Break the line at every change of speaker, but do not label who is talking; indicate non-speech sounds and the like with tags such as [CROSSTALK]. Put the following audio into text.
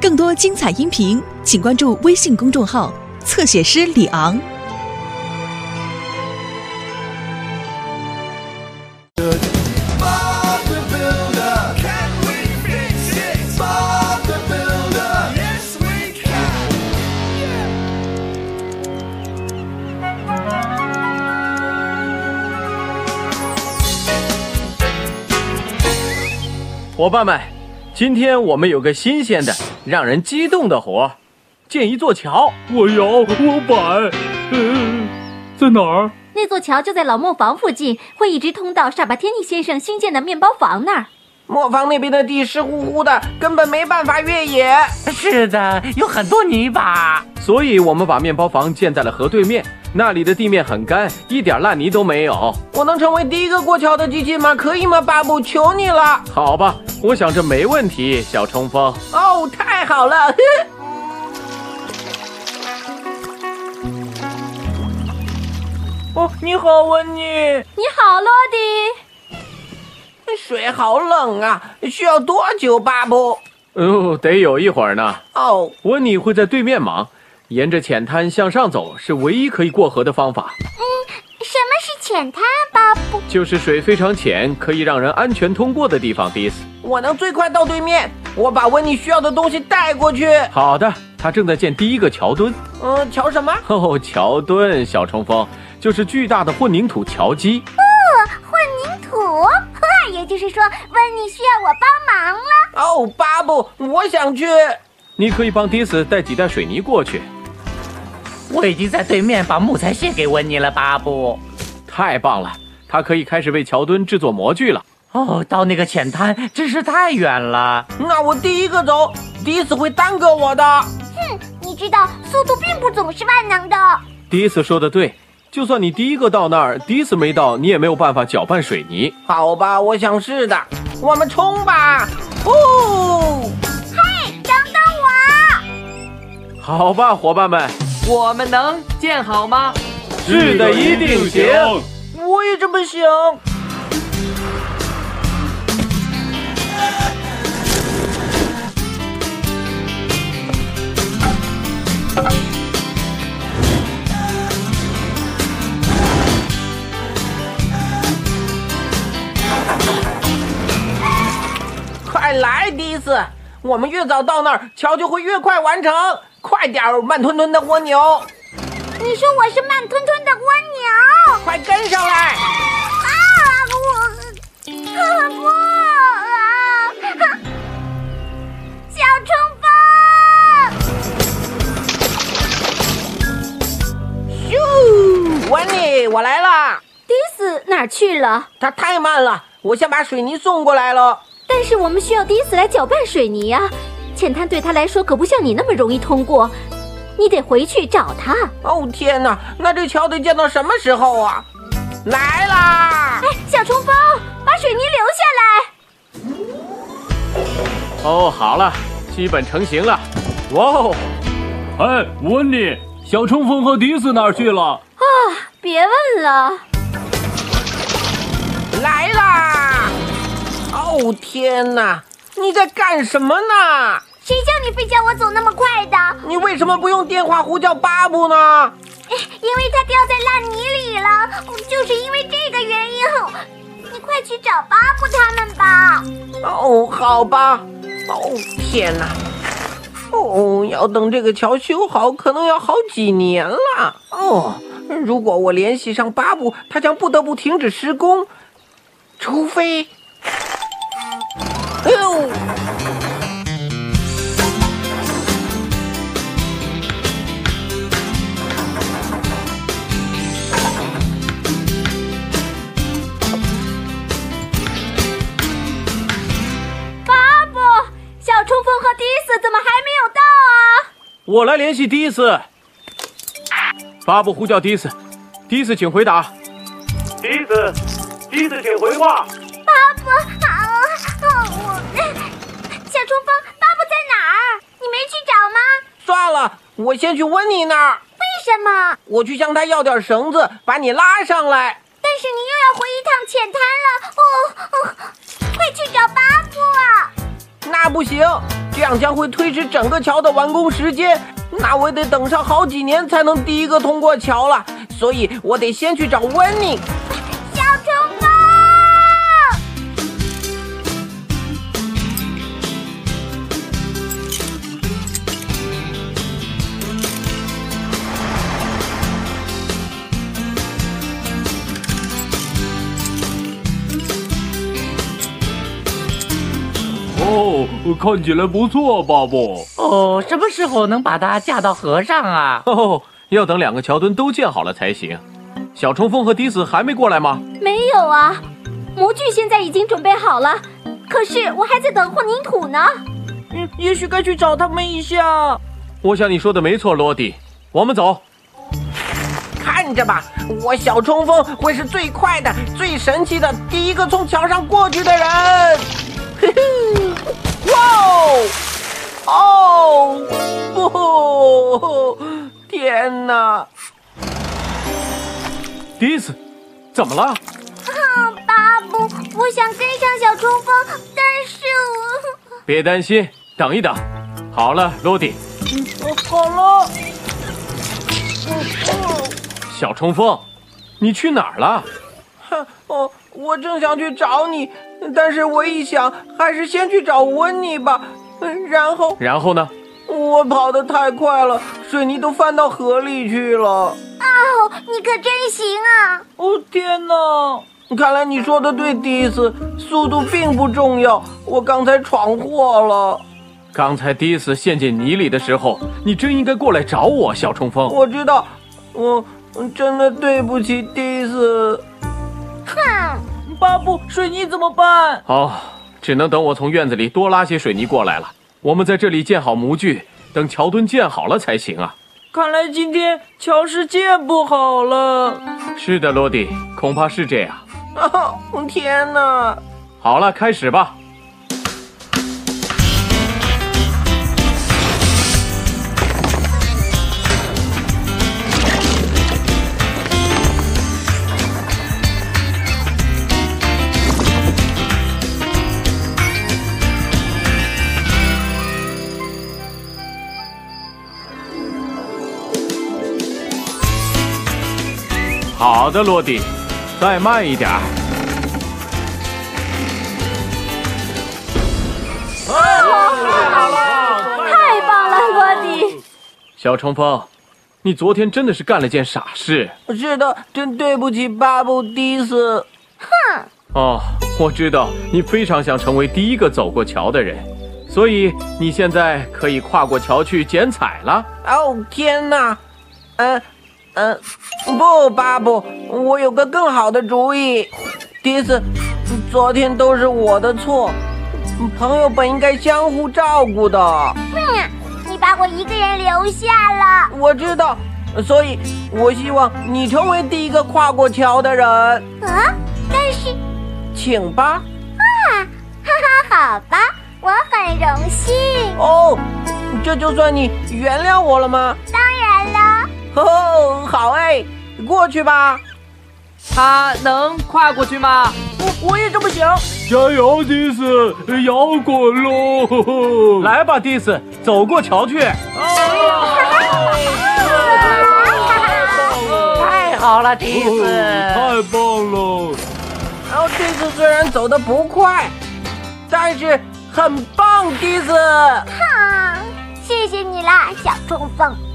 更多精彩音频，请关注微信公众号“侧写师李昂”。
Bob the Builder. Can we fix it? Bob the Builder. Yes, we can.
伙伴们，今天我们有个新鲜的、让人激动的活儿，建一座桥。
我摇，我摆，嗯、在哪儿？
那座桥就在老磨坊附近，会一直通到傻巴天尼先生新建的面包房那儿。
磨坊那边的地湿乎乎的，根本没办法越野。
是的，有很多泥巴。
所以我们把面包房建在了河对面，那里的地面很干，一点烂泥都没有。
我能成为第一个过桥的机器吗？可以吗，巴布？求你了！
好吧，我想这没问题，小冲锋。
哦，太好了！ [LAUGHS] 呵哦，你好，温妮。
你好，罗迪，
水好冷啊，需要多久，巴布？
哦，得有一会儿呢。
哦，
温妮会在对面忙，沿着浅滩向上走是唯一可以过河的方法，
什么是浅滩，巴布？
就是水非常浅，可以让人安全通过的地方。迪斯，
我能最快到对面。我把温妮需要的东西带过去。
好的，他正在建第一个桥墩。
嗯，瞧什么？
哦，桥墩，小冲锋，就是巨大的混凝土桥基。
混凝土。 [LAUGHS] 哈，也就是说，温妮需要我帮忙了。
哦，巴布，我想去。
你可以帮迪斯带几袋水泥过去。
我已经在对面把木材卸给温妮了，巴布。
太棒了，他可以开始为桥墩制作模具了。
哦，到那个浅滩真是太远了。
那我第一个走，迪斯会耽搁我的。
你知道，速度并不总是万能的。
迪斯说的对，就算你第一个到那儿，迪斯没到，你也没有办法搅拌水泥。
好吧，我想是的。我们冲吧！哦，
哎等等我，
好吧，伙伴们，
我们能建好吗？
是的，一定行。
我也这么想。快来，迪斯！我们越早到那儿，桥就会越快完成。快点儿，慢吞吞的蜗牛，
你说我是慢吞吞的蜗牛
快跟上来！
啊！我可不啊！小冲锋。
咻，温妮，我来啦！
迪斯哪儿去了？
它太慢了，我先把水泥送过来了。
但是我们需要迪斯来搅拌水泥呀、浅滩对他来说可不像你那么容易通过，你得回去找他。
哦天哪，那这桥得建到什么时候啊？来啦！
哎，小冲锋，把水泥留下来。
哦，好了，基本成型了。哇哦，
哎，温妮，小冲锋和迪斯哪儿去了？
别问了，
来啦！哦天哪，你在干什么呢？
谁叫你非叫我走那么快的？
你为什么不用电话呼叫巴布呢？
因为它掉在烂泥里了，嗯就是因为这个原因。你快去找巴布他们吧。
哦，好吧。哦天哪！哦，要等这个桥修好，可能要好几年了。哦，如果我联系上巴布，他将不得不停止施工，除非……哎呦！
巴布，小冲锋和迪斯怎么还没有到啊？
我来联系迪斯。巴布呼叫迪斯，迪斯请回答。
笛子，笛子，请回话。
巴布，啊，我 [LAUGHS] 小冲锋，巴布在哪儿？你没去找吗？
算了，我先去温妮那儿，
为什么？
我去向他要点绳子，把你拉上来。
但是你又要回一趟浅滩了，哦哦，快去找巴布啊！
那不行，这样将会推迟整个桥的完工时间，那我得等上好几年才能第一个通过桥了。所以我得先去找温妮。
小冲锋！
哦，看起来不错，巴布。
哦，什么时候能把它架到河上啊？
哦，要等两个桥墩都建好了才行。小冲锋和迪斯还没过来吗？
没有啊，模具现在已经准备好了，可是我还在等混凝土呢。 [LAUGHS]
嗯，也许该去找他们一下。
我想你说的没错，罗迪。我们走。
看着吧，我小冲锋会是最快的、最神奇的第一个从桥上过去的人。嘿嘿，哇哦，哦，不，天哪！
迪斯，怎么了？
啊，巴布，我想跟上小冲锋，但是我 [LAUGHS]
别担心，等一等。好了，罗迪，
我好了，
小冲锋，你去哪儿了？
哼， [LAUGHS] 哦，我正想去找你，但是我一想，还是先去找温妮吧。嗯然后
然后呢？
我跑得太快了，水泥都翻到河里去了。
啊，你可真行啊！
哦天哪！看来你说的对，迪斯，速度并不重要。我刚才闯祸了，
刚才迪斯陷进泥里的时候，你真应该过来找我，小冲锋。
我知道，我嗯真的对不起，迪斯。
哼，
巴布，水泥怎么办？
哦，只能等我从院子里多拉些水泥过来了。我们在这里建好模具，等桥墩建好了才行啊。
看来今天桥是建不好了。 [LAUGHS]
是的，罗迪，恐怕是这样。
啊，天哪！
好了，开始吧。好的，罗迪，再慢一点儿。
太棒了，罗迪！
小冲锋，你昨天真的是干了件傻事
是的，真对不起，巴布，迪斯。
哦！我知道你非常想成为第一个走过桥的人，所以你现在可以跨过桥去捡彩了。
哦，天哪！嗯、嗯、不，巴布，我有个更好的主意。迪斯，昨天都是我的错，朋友本应该相互照顾的。
哼，你把我一个人留下了。
我知道，所以我希望你成为第一个跨过桥的人，
啊，但是
请吧。
啊，哈哈，好吧，我很荣幸。
哦，这就算你原谅我了吗？
当然了，
哦，好哎，过去吧。
他能跨过去吗？
我我也这么想。
加油，迪斯，摇滚喽！
来吧，迪斯，走过桥去。
太好了，迪
哦
斯。
太棒了！
然后这次虽然走得不快，但是很棒，迪斯。
哈、谢谢你啦，小冲锋。